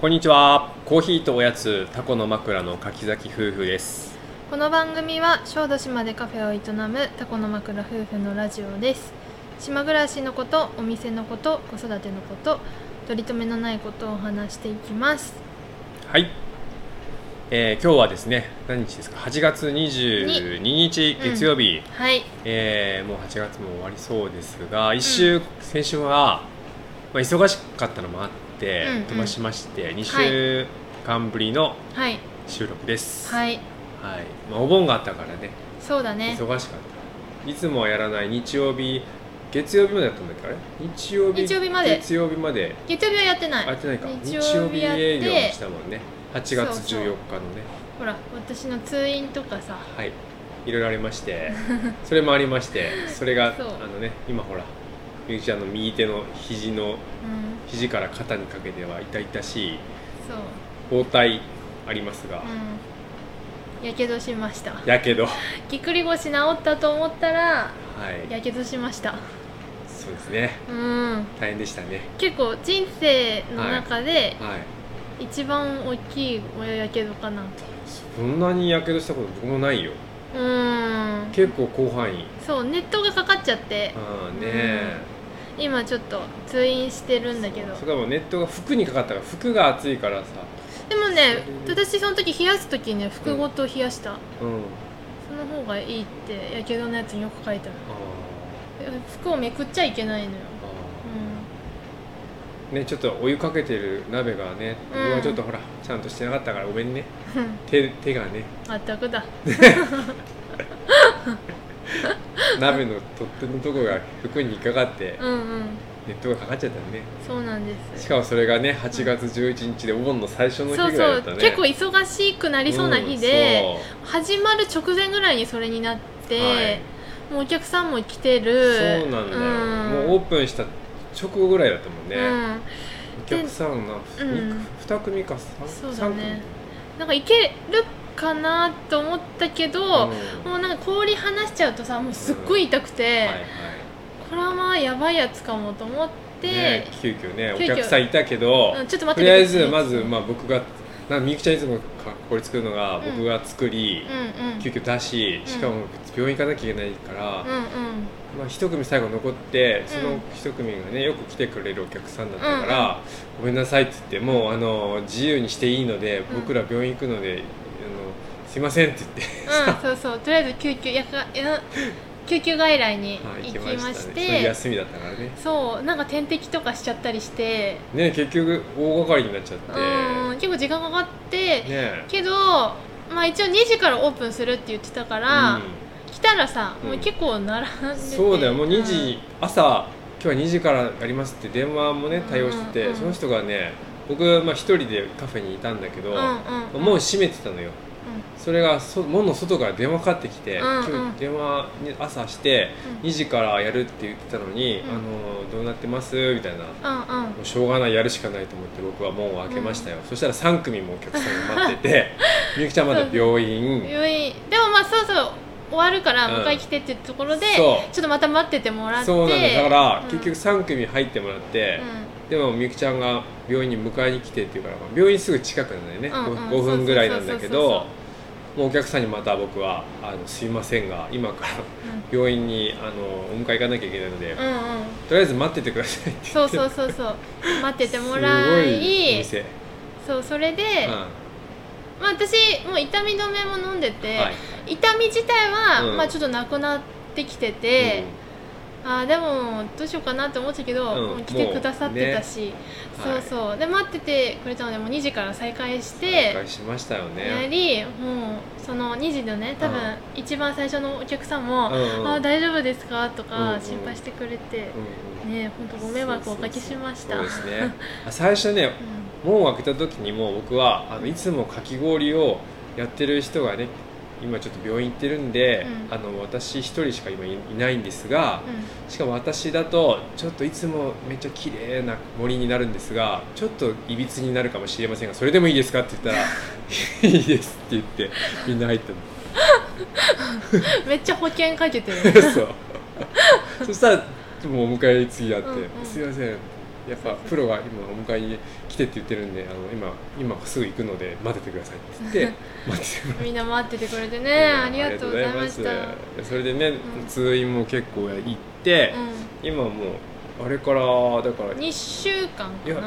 こんにちはコーヒーとおやつタコの枕の柿崎夫婦ですこの番組は小豆島でカフェを営むタコの枕夫婦のラジオです島暮らしのことお店のこと子育てのこと取り留めのないことをお話していきますはい、えー今日はですね何日ですか8月22日うん月曜日、はいえーもう8月も終わりそうですが一週、先週は、まあ、忙しかったのもあって、うんうん飛ばしまして2週間ぶりのはい収録ですい、はいはいまあ、お盆があったからねそうだね忙しかったいつもはやらない日曜日月曜日までだったんだっけあれ日曜日日曜日まで月曜日まで月曜日はやってなあいやってないか日日曜曜日日やって営業もしたもんね8月そうそう14日のねほら私の通院とかさはいいろいろありまして それもありましてそれがそうあのね今ほらゆうきちゃんの右手の肘のうん肘から肩にかけては痛々しいそう包帯ありますが、うんやけどしましたやけどはぎっくり腰治ったと思ったらいやけどしましたそうですねうん大変でしたね結構人生の中ではい一番大きい親やけどかなそんなにやけどしたこと僕もないようーん結構広範囲そうネットがかかっちゃってあねえ、今ちょっと通院してるんだけどそれかもうネットが服にかかったから服が暑いからさでもねそれで私その時冷やす時ね服ごと冷やした、うんその方がいいってやけどのやつによく書いてああるえ服をめくっちゃいけないのよーあうーねちょっとお湯かけてる鍋がねうん僕はちょっとほらちゃんとしてなかったからごめんねん 手手がねまったくだ鍋の取っ手のとこが服に引っかかってうんうんネットがかかっちゃったねそうなんですしかもそれがね8月11日でお盆の最初の日ぐそらういだそったねう結構忙しくなりそうな日で、うんそう始まる直前ぐらいにそれになって、はいもうお客さんも来てるそうなんだよ、んもうオープンした直後ぐらいだったもんね、うん、お客さんがふうん 2, 組か 3, そうだねなんかいけるかなと思ったけど、もうなんか氷離しちゃうとさもうすっごい痛くて、はいはいこれはまあやばいやつかもと思って、ね、急遽ねお急遽客さんいたけど、うん、ちょっと待とってりあえずくだまさいず、まあ、僕がなんかみゆきちゃんいつもかこれ作るのがん僕が作り、うんうん急遽出ししかも病院行かなきゃいけないから、うんうんまあ、一組最後残ってそうんの一組がねよく来てくれるお客さんだったから「ごめんなさい」って言って「もうあの自由にしていいのでうん僕ら病院行くのであのすいません」って言って うんそうそうとりあえず救急やかや救急外来にはい行きましねそのて、休みだったからねそうなんか点滴とかしちゃったりして、ね結局大掛かりになっちゃってうん結構時間かかって、ねけどまあ一応2時からオープンするって言ってたから、う来たらさ、うんもう結構並んでてん、そうだよもう2ん時、朝今日は2時からやりますって電話もね対応してて、うんうんうんその人がね僕、まあ、一人でカフェにいたんだけど、うんうんもう閉めてたのよそれがそ門の外から電話かかってきて、うんうん今日電話に朝してうん2時からやるって言ってたのに、うんあのどうなってますみたいなもうんうんうんうしょうがないやるしかないと思って僕は門を開けましたよ、そしたら3組もお客さんが待ってて みゆきちゃんまだ病院病院でもまあそうそう終わるからうん迎え来てっていうところで、ちょそっとまた待っててもらっうてそうなんだだから、うん結局3組入ってもらって、でもみゆきちゃんが病院に迎えに来てっていうからまあ病院すぐ近くなんだよね、うんうんご 5, 分ぐらいなんだけそうそうそうどもうお客さんにまた僕は「あのすいませんが今から病院にあのお迎え行かなきゃいけないので、うん、うんうんうんとりあえず待っててください」ってそうそうそ うそう待っててもすらごいいお店、そうそれで、うんまあ私もう痛み止めも飲んでて、はい痛み自体は、うんまあちょっとなくなってきてて、あーでもどうしようかなって思ったけど、うんもう来てくださってたし、もうねそうそう、で待っててくれたのでもう2時から再開しうん、て再開しましたよね、やりもうその2時のね多分うん一番最初のお客さんうもん「うんあー大丈夫ですか?」とうんうかん心配してくれてう、んうんね本当ご迷惑をおかけしました。そうそうそうそうですねあ最初ね門を開けた時にもう僕はあのいつもかき氷をやってる人がね今ちょっと病院行ってるんで、うんあの私一人しか今いいないんですがう、んうんしかも私だとちょっといつもめっちゃ綺麗な森になるんですがちょっといびつになるかもしれませんがそれでもいいですかって言ったら 「いいです」って言ってみんな入ったの。 めっちゃ保険かけてる そうそしたらもうお迎え次やって「うんうんすいませんやっぱプロが今お迎えに来てって言ってるんであの今今すぐ行くので待っててください って言って待っててもらってみんな待っててくれてね、ありがとうございまありしたがとうございますそれでね、通院も結構行って、今もうあれからだからうん、2週間かいなや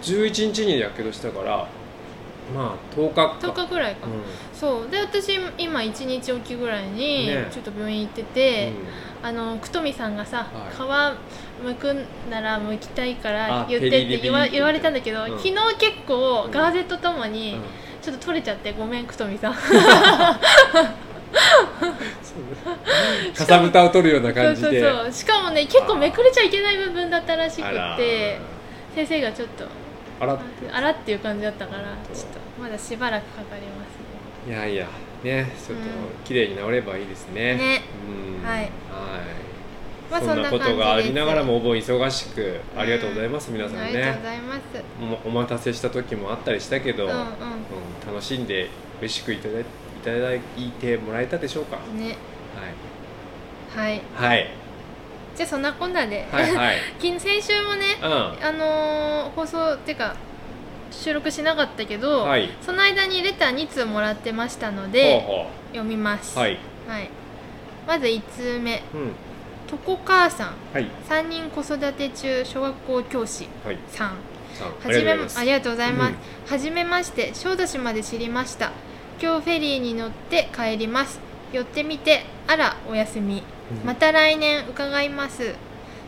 11日にやけどしたからまあ10日か10日ぐらいか、うんそうで私今1日おきぐらいにねちょっと病院行ってて、うんあの久富さんがさ、はい皮むくんならむきたいからあ言ってっペリリてピ言わって言われたんだけど、うん昨日結構うんガーゼとともにうんちょっと取れちゃってごめん久富さんそうね かさぶたを取るような感じで そうそうそうしかもね結構めくれちゃいけない部分だったらしくあらて先生がちょっとあらあらっていう感じだったから本当ちょっとまだしばらくかかりますいやいやねちょっとうん綺麗に治ればいいですねねねうんはいはいまあそんなこそんとながあ感じですりながらもお盆忙しくありがとうございます皆さんありがとうごねざいますもうお待たせした時もあったりしたけど、ううんん楽しんで美味しくいただいいただいてもらえたでしょうか、うんねはいはいはいじゃあそんなこんなで、はい はい近先週もねあのー放送っていうか収録しなかったけうど、んはいその間にレター2通もらってましたのほうでほ読みます、うはいはいまず1通目うんとこ母さんはい3人子育て中小学校教師はいさんさんはじめありがとうござあいりまがとうございますうん。はじめまして、小豆島で知りました。今日フェリーに乗って帰ります。寄ってみて、あら、おやすみ。うんまた来年伺います。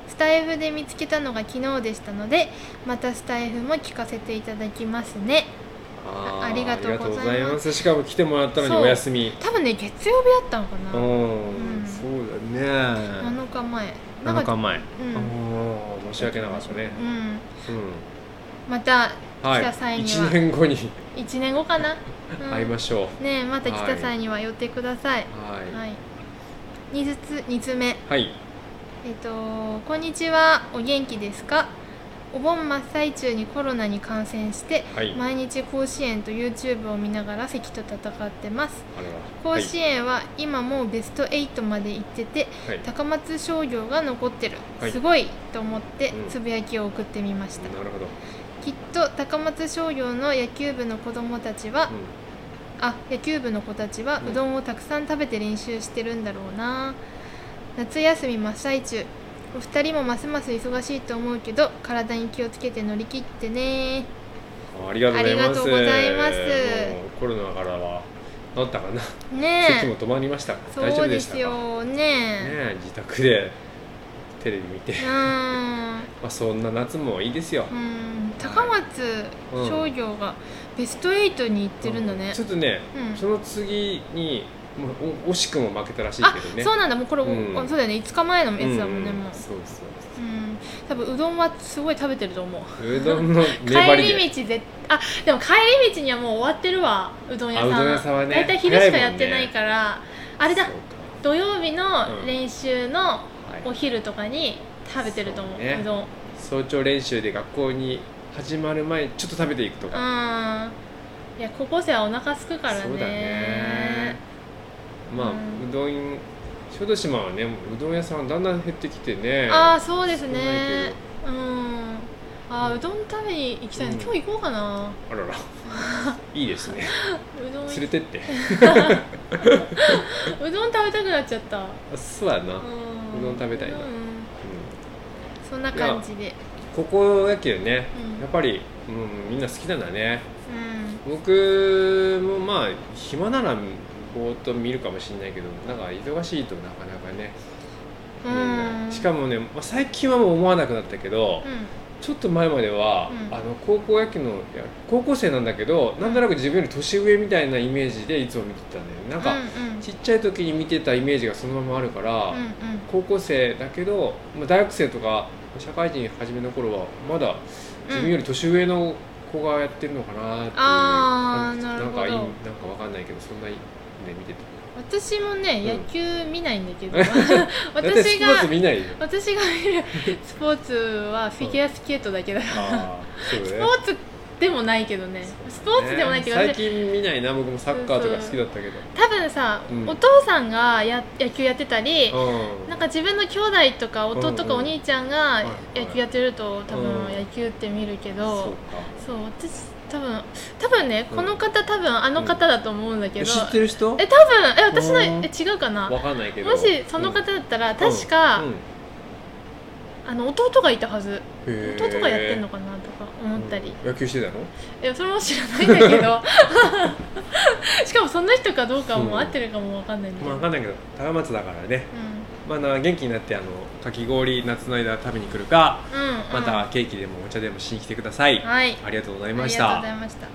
スタイフで見つけたのが昨日でしたので、またスタイフも聞かせていただきますね。あーありがとうございますありがとうしかも来てもらったのにそうお休み多分ね、月曜日だったのかうな。ん、うんそうだね7日前。なん7か日前、うんあー申し訳なかったね、うん。うんまたは来た際い、に一は、年後に1年後かな。うん会いましょう、ねえまた来た際には寄ってください。ははい。2つ二つ目。いはいえっと、こんにちは、お元気ですかお盆真っ最中にコロナに感染して、はい毎日甲子園と YouTube を見ながら咳と戦ってます。あれは甲子園は今もうベスト8まで行ってて、はい、はい高松商業が残ってる。はいすごいと思ってうんつぶやきを送ってみました。なるほど、きっと高松商業の野球部の子供たちは、あ野球部の子たちはうんうどんをたくさん食べて練習してるんだろうな夏休み真っ最中お二人もますます忙しいと思うけど体に気をつけて乗り切ってねうん、ありがとうございますありがとうございますもうコロナからは治ったかな、 咳もねえ止まりましたか大丈そう夫ででしたすかねよねえ自宅でテレビ見て、えうーんまあ、そんな夏もいいですよ、うん高松商業がベスト8に行ってるんだねちょっとねうんその次に、まあ、お惜しくも負けたらしいあけどねそうなんだもうこれ、うんあそうだよね5日前のやつだもんね、うんもうそうそううん多分うどんはすごい食べてると思ううどんの粘帰りりで道絶あでも帰り道にはもう終わってるわうどん屋さんあうどん屋さんはね大体昼しかやってないから、あれだそうか土曜日の練習のはおい、昼とかに食べてると思う,、そううねどんう早朝練習で学校に始まる前にちょっと食べていくとか、んいや高校生はお腹すくからねそうだねまあ、うんうどん小豆島はねもううどん屋さんだんだん減ってきてねああそうです少ないねうんあーうどん食べに行きたいな、うん今日行こうかなあらら いいですねうどん連れてって うどん食べたくなっちゃった、あそうやな、うんうん、うどん食べたいなうんそんな感じでここだけどね、うんやっぱり、うん、みんな好きなんだねうん僕もまあ暇ならぼーっと見るかもしれないけどなんか忙しいとなかなかね、見れないしかもね、まあ、最近はもう思わなくなったけど、うちょっと前までは、うんあの高校野球のいや高校生なんだけどなんとなく自分より年上みたいなイメージでいつも見てたんだよねなんんか、うんうんちっちゃい時に見てたイメージがそのままあるから、うんうん高校生だけど、まあ、大学生とか社会人初めの頃はまだ自分より年上の子がやってるのかなっていうあ感ーじなるほどんかいいなんかわかんないけどそんなね見てて私もねうん野球見ないんだけ どだって私スポがーツ見 ないよ私が見るスポーツはフィギュアスケートだけだああそうスねポーツでもないけどねスポーツでもないけど、ね私最近見ないな僕もサッカーとか好きだったけど多分さ、うんお父さんがや野球やってたり、うんなんか自分の兄弟とか弟とかお兄ちゃんが野球やってると多分うん野球って見るけそうど、かそう私多分多分ねうんこの方多分あの方だと思うんだけえど、知ってる人え多分え私のうんえ違うかなわかんないけどもしその方だったら確うか、んうんあの弟がいたはずへー弟がやってんのかなとか思ったり、うん野球してたのえそれも知らないんだ けどしかもそんな人かどうかも合ってるかもわかんないんだけまあど、わかんないけど高松だからねうまあな元気になってあのかき氷夏の間食べに来るかんうんうん、またケーキでもお茶でもしに来てくださいはいありがとうございあましりがとうございたました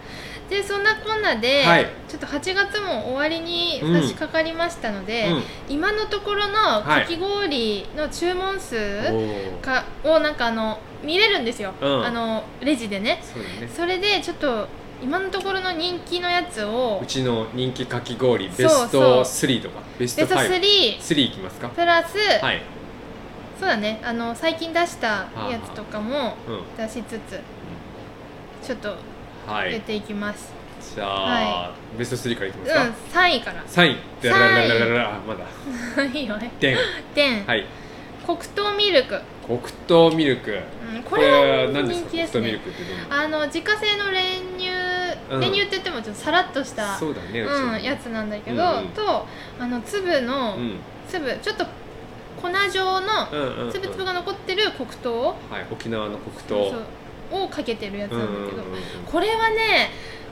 でそんなこんなで、はいちょっと8月も終わりにうん差し掛かりましたので、うん今のところのかき氷の注文数おーか、をなんかあの見れるんですよ、うんあのレジでねそうだねそれでちょっと今のところの人気のやつをうちの人気かき氷ベそうスそうト3とかベストベスト53 3いきますかプラス、はいそうだねあの最近出したやつとかもうん出しつつちょっとはやいっていきます、じゃあベスト3からいきますうんか3位から3 位三位ラララララララあまだいいよねでん点、はい黒糖ミルク、黒糖ミルクうん、これは何です人か気で黒す糖ミルねクってどんなあの自家製の練乳、うん練乳って言ってもちょっとさらっとしたそうだねうちのうん、やつなんだけど、うんうんとあの粒の、うん粒ちょっと粉状のうんうんうん粒々が残ってる黒糖はい沖縄の黒そ糖うをかけてるやつうんなうんだんけど、これはね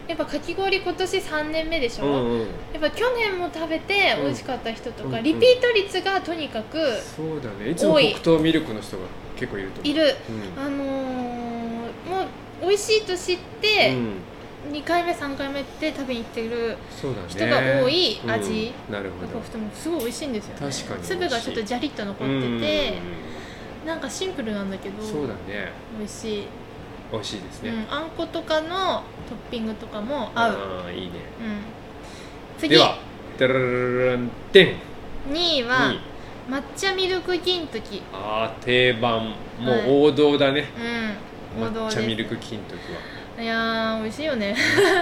やっぱかき氷今年3年目でしょ、うんうんうんやっぱ去年も食べて美味しかった人とうんうんか、うんリピート率がとにかくそうだねいつも多い黒糖ミルクの人が結構いると思ういるうんあのーもう美味しいと知っうて、ん2回目3回目って食べに行ってるそうだね人が多い味うんなるほコどフトもすごい美味しいんですよね確かに粒がちょっとジャリッと残ってて、なんかシンプルなんだけどうんそうだね美味しい、美味しいですうねん、あんことかのトッピングとかも合う、うん、あーいいね次では2ダラララランテン位はに抹茶ミルク金時あー定番もはいう王道だねうん王道抹です茶ミルク金時はい やー美味しいよね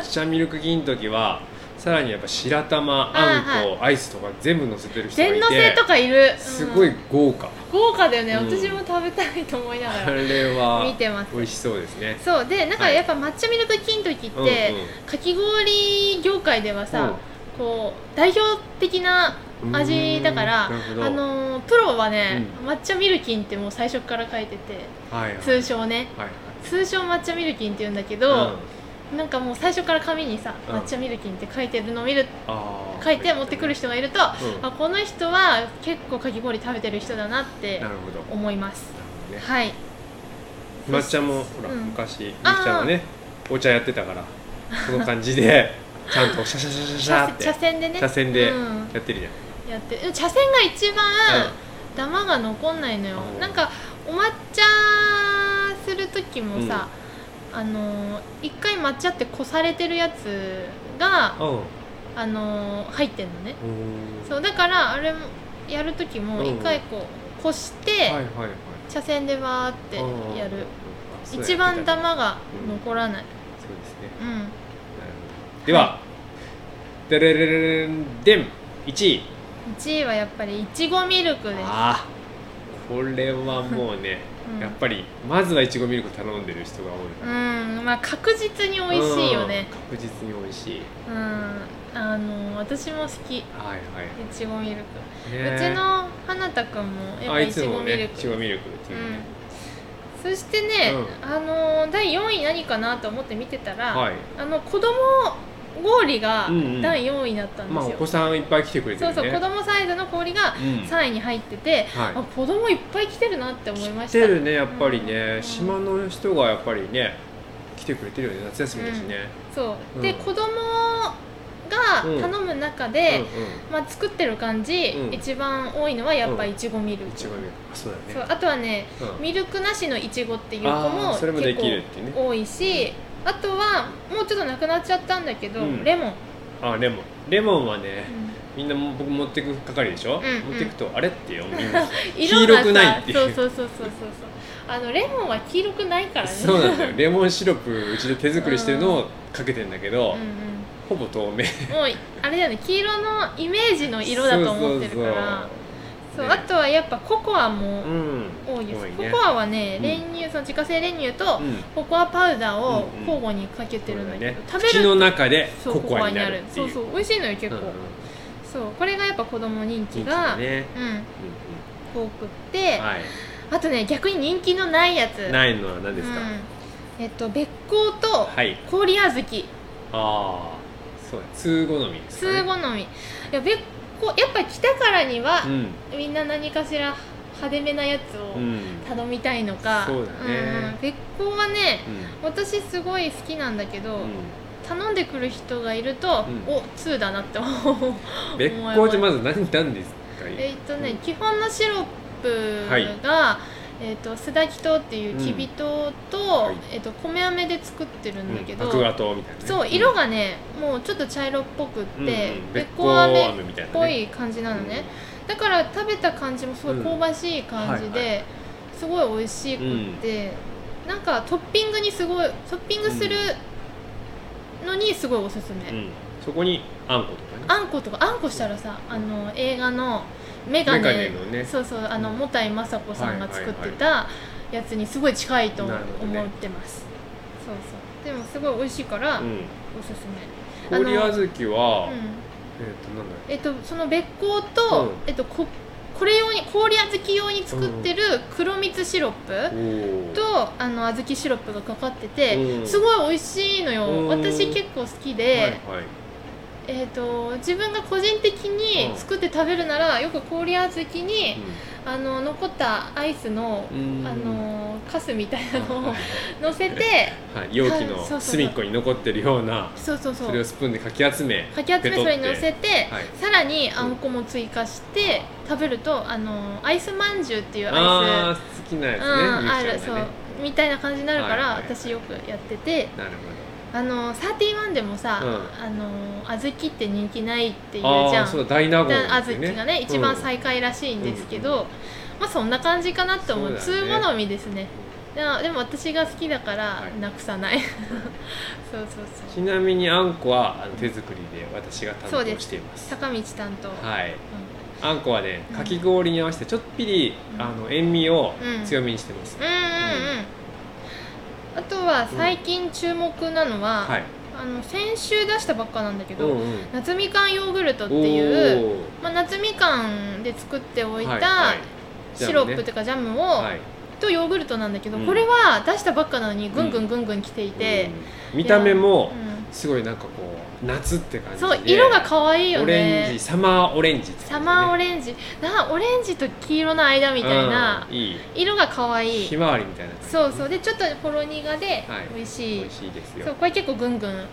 抹茶ミルク銀時はさらにやっぱ白玉あんこ、アイスとか全部乗せてる人がい全てのせとかいる、うんすごい豪華、豪華だよね、うん私も食べたいと思いながあ られは見てます美味しそうですねそうでなんかはいやっぱ抹茶ミルク金時って、かき氷業界ではさ、こう代表的なうんうん味だからうーんなるほどあのープロはね、抹茶ミルキンってもう最初から書いててはいはい通称ねはいはい通称抹茶ミルキンって言うんだけど、なんかもう最初から紙にさ、うん抹茶ミルキンって書いてるのを見るあー書いて持ってくる人がいると、あうんなるこの人は結構かき氷食べてる人だなってほど思いますねはい抹茶もほら、うん昔みきちあーゃんがねお茶やってたからその感じ でちゃんとシャシャシャシャシャ茶って茶筅でね茶筅でうんやってるじゃん、やってる茶筅が一番ダマが残んないのようんなんかお抹茶する時もさ、あのー一回抹茶ってこされてるやつがうんうんあのー入ってんのねうーんそうだからあれもやる時もうん一回こうこして、はいはいはい茶筅でわーうっんてやるそうやってた一番ダマが残らないそうですねうん、なるほどでは、でれれれれんでん1位1位はやっぱりいちごミルクですああこれはもうね、うんやっぱりまずはいちごミルク頼んでる人が多いかうら、んまあ確実に美味しいよねうん確実に美味しいうんあの私も好きいはいはいちごミルク、ねうちの花太くんもやっあぱいいつちごもミねいルちク、ごミルクっていうのね、うん、そしてね、うあの第4位何かなと思って見てたら、はいあの子供氷がうんうん第4位だったんでまあすおよ、子さんいっぱい来てくれてそるねうそう子供サイズの氷がうん3位に入ってて、あは子供いっぱい来てるなって思いいま来したてるねやっぱりね、うん島の人がやっぱりね来てくれてるよね夏休みだしね、そううんで子供が頼む中で、うんうんまあ、作ってる感じ、うん一番多いのはやっぱいちごミルク、いちごミルクあそうだそうよねあとはねうんミルクなしのいちごっていう子あもーそれもできるっていう結ね構多いしあとはもうちょっとなくなっちゃったんだけど、うんレ モン、あレモンレモンはねみんなも僕持ってく係でしょ、うんうん持ってくとあれってよみんな色がさ黄色くないっていうそうそうそうそうそうそうあのレモンは黄色くないからねそうなんだよレモンシロップうちで手作りしてるのをかけてんだけど、うんうんほぼ透明もうあれだよね黄色のイメージの色だと思ってるからそそうそううねあとはやっぱココアうもん多いです、多いねココアはねうん練乳、その自家製練乳とうんココアパウダーをうんうん交互にかけてるんだけど、そうだね食べ口るの中でそうココアになるってそいううそう美味しいのよ結う構、んうんそうこれがやっぱ子供人気人気がだねうんうん多くって、うんはいあとね逆に人気のないやつないのは何ですか、うん、えっとべっこうとはい氷小豆ああそうだ通好みですか通ね好みいやべっこやっぱ来たからには、うんみんな何かしら派手めなやつをうん頼みたいのか、そうだねん別行はねうん私すごい好きなんだけど、う頼んでくる人がいると、うんお通だなって思うん別光ってまず何なんですかえっとね、うん基本のシロップが、えっとすだき糖っていうきび糖と,、いえっと米飴で作ってるんだけど、麦芽糖みたいなねそう色がね、もうちょっと茶色っぽくっうんてうん、べ別っこう光飴っ飴みたいなぽねい感じなのね、だから食べた感じもすごい香ばしい感じうんはいで、すごい美味しくって、なんかトッピングにすごいトッピングするのにすごいおすすうんめ、うんそこにあんことかねあんことかあんこしたらさあの映画のメガネメガネのねそうそうあのうんもたいまさこさんが作っはいてはいたやつにすごい近いと思なるほどねってます、そうそうでもすごい美味しいからおうんすすあの氷小豆め、はうんえっとなんだえっと、その別光うと、んえっと、ここれ用に氷小豆用に作ってる黒蜜シロップろうおーと、あの小豆シロップがかかってて、うんすごい美味しいのよ、うん私結構好きで、はいはいえっと、自分が個人的にうん作って食べるならよく氷小豆に、うあの残ったアイスの、んあうんのカスみたいなのをはい乗せてはい容器はいそうそうそうの隅っこに残ってるようなそうそうそうそれをスプーンでかき集めかき集めそれに乗せて、はいさらにあんこも追加して食べるとあのアイスまんじゅうっていうアイスあー好きなやつうん、ねあゆるきちそゃんうがねみたいな感じになるから、はいはいはい私よくやっててなるほあの31でもさ、うあの小豆って人気ないっていうじどあゃあーんそうだ大納言だです小よね豆がね一番うん最下位らしいんですけうんど、まあそんな感じかなと思うそうだ通ね好みですねでもでも私が好きだからはいなくさない、 そうそうそうちなみにあんこはあの手作りで私が担そう当ですしています坂道担当、はいうんあんこはねうんかき氷に合わせてちょっぴり、うんあの塩味をうん強めにしてます、うんうんうんあとは最近注目なのは、はい、あの先週出したばっかなんだけうど、んうん、夏みかんヨーグルトっていう、おーまあ、夏みかんで作っておいはいたはいシロップとかジャムを、はいとヨーグルトなんだけど、うんこれは出したばっかなのにぐんぐんぐんぐん来ていて、うん見た目もうんすごいなんかこう夏って感じでそう色が可愛いよオレンジねサマーオレンジって感じねサマーオレンジなオレンジと黄色の間みたいなうんいい色が可愛いひまわりみたいな感じそうそうでちょっとほろ苦ではい美味し美い味しいですそうよこれ結構ぐんぐんはい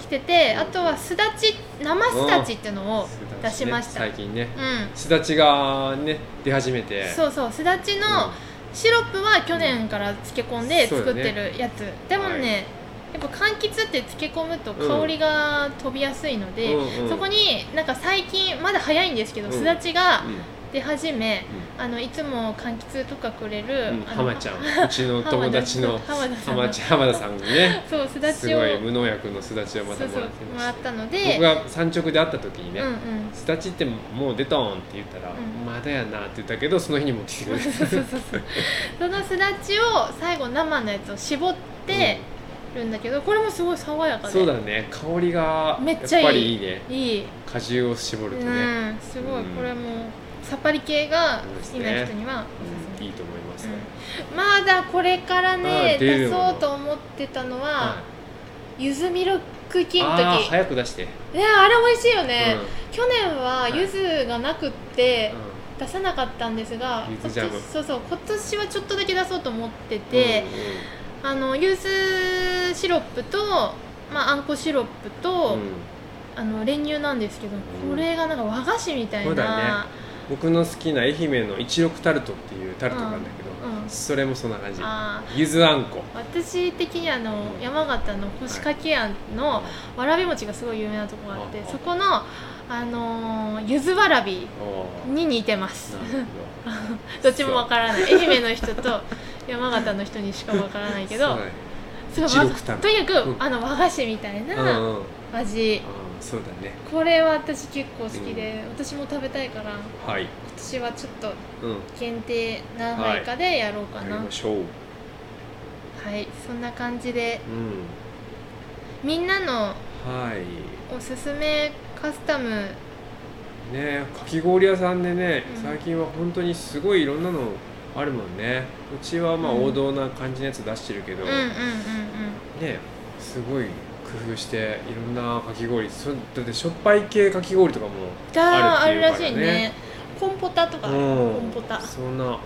来ててうんあとはすだち生すだちっていうのをすだちね出しました、最近ねうすだちがね出始めてん、そうそうすだちのシロップは去年から漬け込んでそう作だっねてるやつ、でもね、やっぱ柑橘って漬け込むと香りが飛びやすいのうんで、うんうんそこになんか最近まだ早いんですけどうんすだちがうん出始めあのいつも柑橘とかくれる、うんあの浜ちゃんうちの友達の浜田さん浜ちゃん浜田さんにねそうすだすちをごい無農薬のすだちをまそたうもそうらってもまらっしたので僕が山直で会った時にねうんうんすだちってもう出たんって言ったら、うんまだやなって言ったけどその日に持ってきてくれたそうそうそうそう そのすだちを最後生のやつを絞ってるんだけど、これもすごい爽やかでそうだね香りがめやっっちゃいいぱりいいねいい、果汁を絞るとね、うんすごうい、んこれもさっぱり系が好きな人にはおすうすんめ、いいと思います、うんまだこれからねあ出出るのそうと思ってたのは、いゆずミルクキンあトーキね早く出して、あれ美味しいようんね、去年はゆずがなくってうん出さなかったんですが、ゆ今ずジャム年そうそう今年はちょっとだけ出そうと思ってて、うんあのユースシロップと、まあ、あんこシロップと、うんうんあの練乳なんですけどうんこれがなんか和菓子みたいそうなだ、僕の好きな愛媛の一六タルトっていうタルトなんだけど、うんうんそれもそんな感じあゆずあんこー私的にあのうん山形の干しかけ庵のわらび餅がすごい有名なとこがあって、うんそこのあのーゆずわらびおーに似てますなるほどどっちもわからない愛媛の人と山形の人にしかわからないけどそうなんやすごい白くたのとにかく、うんあの和菓子みたいうんなうんうん味そうだねこれは私結構好きで、私も食べたいから今はい年はちょっとうん限定何杯かでやろうかやりなはいま、しょううんそんな感じでみんなのはいおすすめカスタムねかき氷屋さんでねうん最近は本当にすごいいろんなのあるもんねうちはまあうん王道な感じのやつ出してるけどうんうんうんうんねすごい工夫していろんなかき氷そだってしょっぱい系かき氷とかもじゃあああるるららししいいねねコンポタとかコうんンポタそんなうん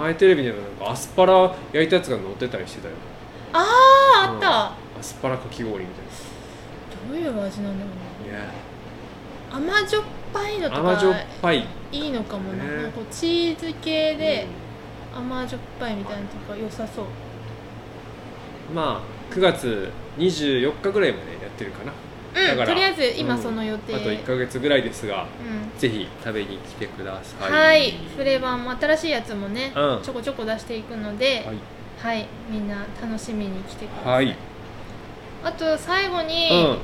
前テレビでなんかアスパラ焼いたやつが乗ってたりしてたよあーあった、アスパラかき氷みたいなどういう味なんだろうねな甘じょっぱいのと甘じょっかぱいいいのかもな,、ねなんかチーズ系でうん甘じょっぱいみたいなとか良さそうまあ9月24日ぐらいまでやってるかな、だかうんらとりあえず今うんその予定、あと1ヶ月ぐらいですがうんぜひ食べに来てくださいはい、フレーバーも新しいやつもね、うんちょこちょこ出していくので、は、はいい、みんな楽しみに来てくださ。はいいあと最後に、うん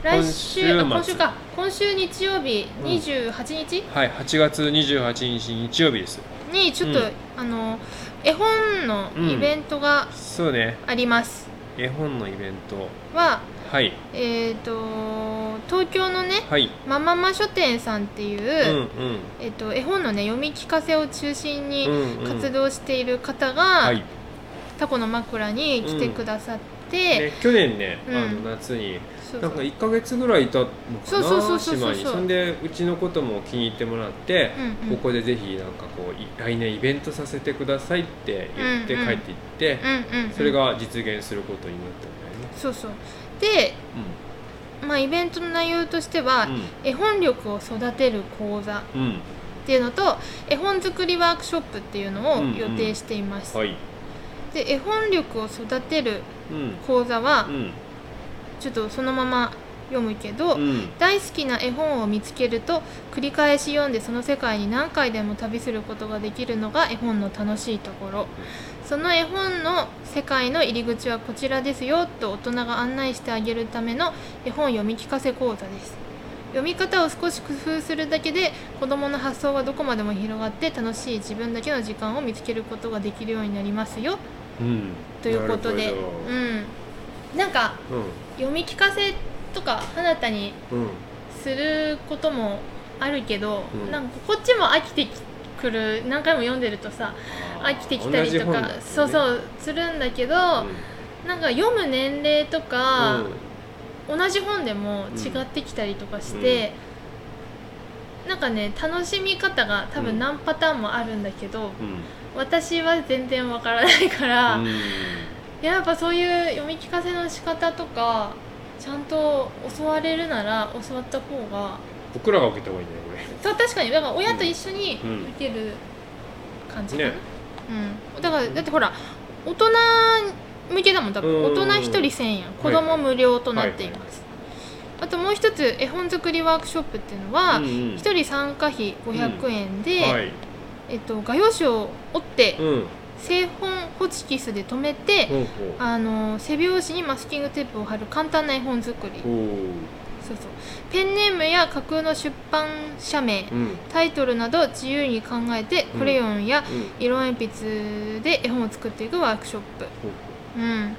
来週あ今今週週末か今週日曜日うん二十八日はい、8月28日日曜日ですにちょっと、うんあの絵本のイベントがそうねあります。絵本のイベントははいえっ、と東京のねはいマママ書店さんってうんいう、えっ、と絵本のね読み聞かせを中心うんにうんうん活動している方が、はい、タコの枕に来てくださって、ね、去年ね、うんあの夏にそうそなうんか1か月ぐらいいたのかそうそうそうなそうそう島にそんでうちのことも気に入ってもらって、うんうんここでぜひなんかこうい来年イベントさせてくださいって言ってうんうん帰っていって、うんうんそれが実現することになったんだよね。そうそうで、まあ、イベントの内容としては、絵本力を育てる講座っうん、うん、ていうのと絵本作りワークショップっていうのをうんうん予定しています、はい、で絵本力を育てるうん、講座はうん、ちょっとそのまま読むけど、うん、大好きな絵本を見つけると繰り返し読んでその世界に何回でも旅することができるのが絵本の楽しいところその絵本の世界の入り口はこちらですよと大人が案内してあげるための絵本読み聞かせ講座です読み方を少し工夫するだけで子どもの発想がどこまでも広がって楽しい自分だけの時間を見つけることができるようになりますようん、ということなでるほうんなんかど読み聞かせとか花たにうん、うん、することもあるけど、うんなんかこっちも飽きてくる何回も読んでるとさ飽きてきたりとか、そうう、そうするんだけど、うんなんか読む年齢とか、同じ本でもうん違ってきたりとかして、なんかね楽しみ方が多分何パターンもあるんだけうど、ん、私は全然わからないから、うん、やっぱそういう読み聞かせの仕方とかちゃんと教われるなら教わった方が僕らが受けた方がいいねこれ。た確かにだから親と一緒にうん受ける感じかな、ねうん、だからだってほら大人向けだもん多分うん大人1人1000円子供無料となっています、あともう一つ絵本作りワークショップっていうのは、うんうん1人参加費500円で、はい、えっと、画用紙を折って、うん、製本ホチキスで留めて、ほうあの背表紙にマスキングテープを貼る簡単な絵本作り、ほう、そうそうペンネームや架空の出版社名、おーうん、タイトルなど自由に考えてクレヨンやうん、色鉛筆で絵本を作っていくワークショップ、ほううん、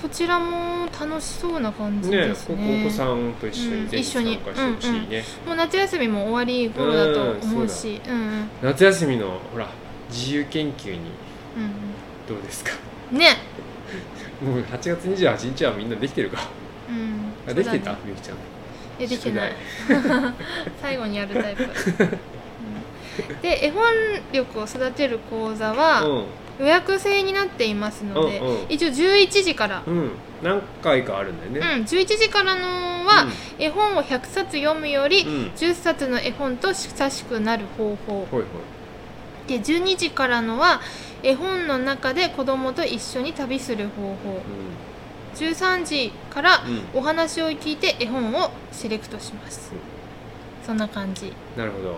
こちらも楽しそうな感じねですこねこお子さんと一緒うんにぜひ一緒参に加してほしいね、もう夏休みも終わり頃だと思うしうんうん夏休みのほら自由研究にうんどうですか うんねもう8月28日はみんなできてるかうんあできてた、そうだねみゆきちゃんいやできてない宿最後にやるタ イプ、うんで絵本力を育てる講座は予約制になっていますので、うんうん一応11時からうん、うん、何回かあるんだよね、うん、11時からのは、絵本を100冊読むより、うん、うん、はい10冊の絵本と親しくなる方法はいで12時からのは絵本の中で子供と一緒に旅する方法13時からうんうんお話を聞いて絵本をセレクトしますうそんな感じ、はい、なるほど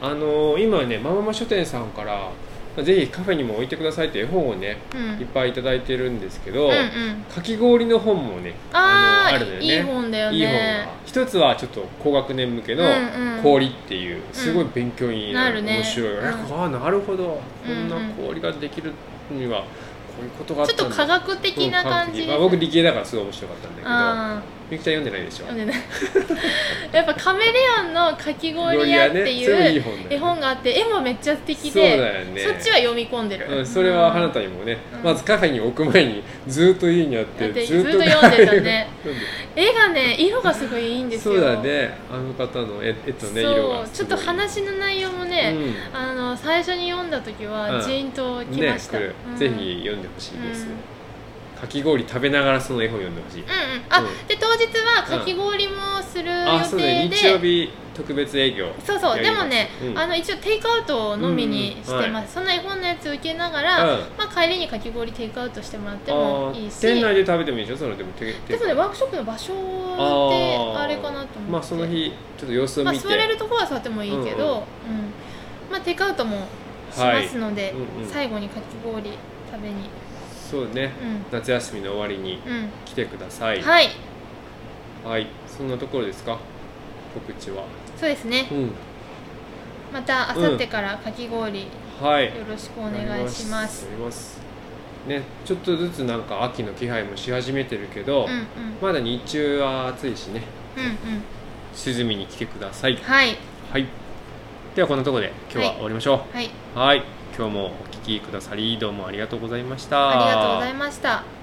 あのー今ねままま書店さんからまあぜひカフェにも置いてくださいって絵本をねうん、いっぱいいただいてるんですけど、うんうんかき氷の本もねあーのあるのよねいい本だよねいい本が一つはちょっと高学年向けのうんうん氷っていうすごい勉強になる,、なるね面白い、うんああなるほどこんなうんうん氷ができるにはこういうことがあっちょたっんだと科学的な感じうん科学的です、まあ、僕理系だからすごい面白かったんだあけどみゆきちゃん読んでないでしょー読んでない やっぱカメレオンのかき氷屋ってそれもいいいう本だよね絵本があって絵もめっちゃ素敵そうでだよねそっちは読み込んでる、うん、それは花田にもね、うんまずカフェに置く前にずっと家にあっだてってずずっっとと読んでたカフェにね 読んで絵がね色がすごいいいんですそようだねあの方の絵絵とね色そがうちょっと話の内容もで、ね、あの最初に読んだ時うんはジーンとうん、きねましこた、れ、うんぜひ読んでほしいです、うんかき氷食べながらその絵本読んでほしい、うんうんあ、うんで当日はかき氷もする予あそうだ定ねで、日曜日特別営業そうそうでもね、うんあの一応テイクアウトのみにしてうます、んうんはいそんな絵本のやつ受けながら、うんまあ、帰りにかき氷テイクアウトしてもらってあもーいいし店内でで食べてもいいでしょそのでもててもねワークショップの場所ってあれかなと思ってまあその日ちょっと様子をまあ見て、座れるとこは座ってもいいけど、うんまあ、テイクアウトもしますので、いうんうん最後にかき氷食べにそうね夏休みの終わりにうんうん来てくださいはい、はい、そんなところですか告知はそうですねうんまた明後日からかき氷よはいろしくお願いしますお、願いしますねちょっとずつなんか秋の気配もし始めてるけど、うんうんまだ日中は暑いしねうんうん涼みに来てくださいはいはいではこんなところで今日は終わりましょはい、うはい、今日もお聞きくださりどうもありがとうございましたありがとうございました。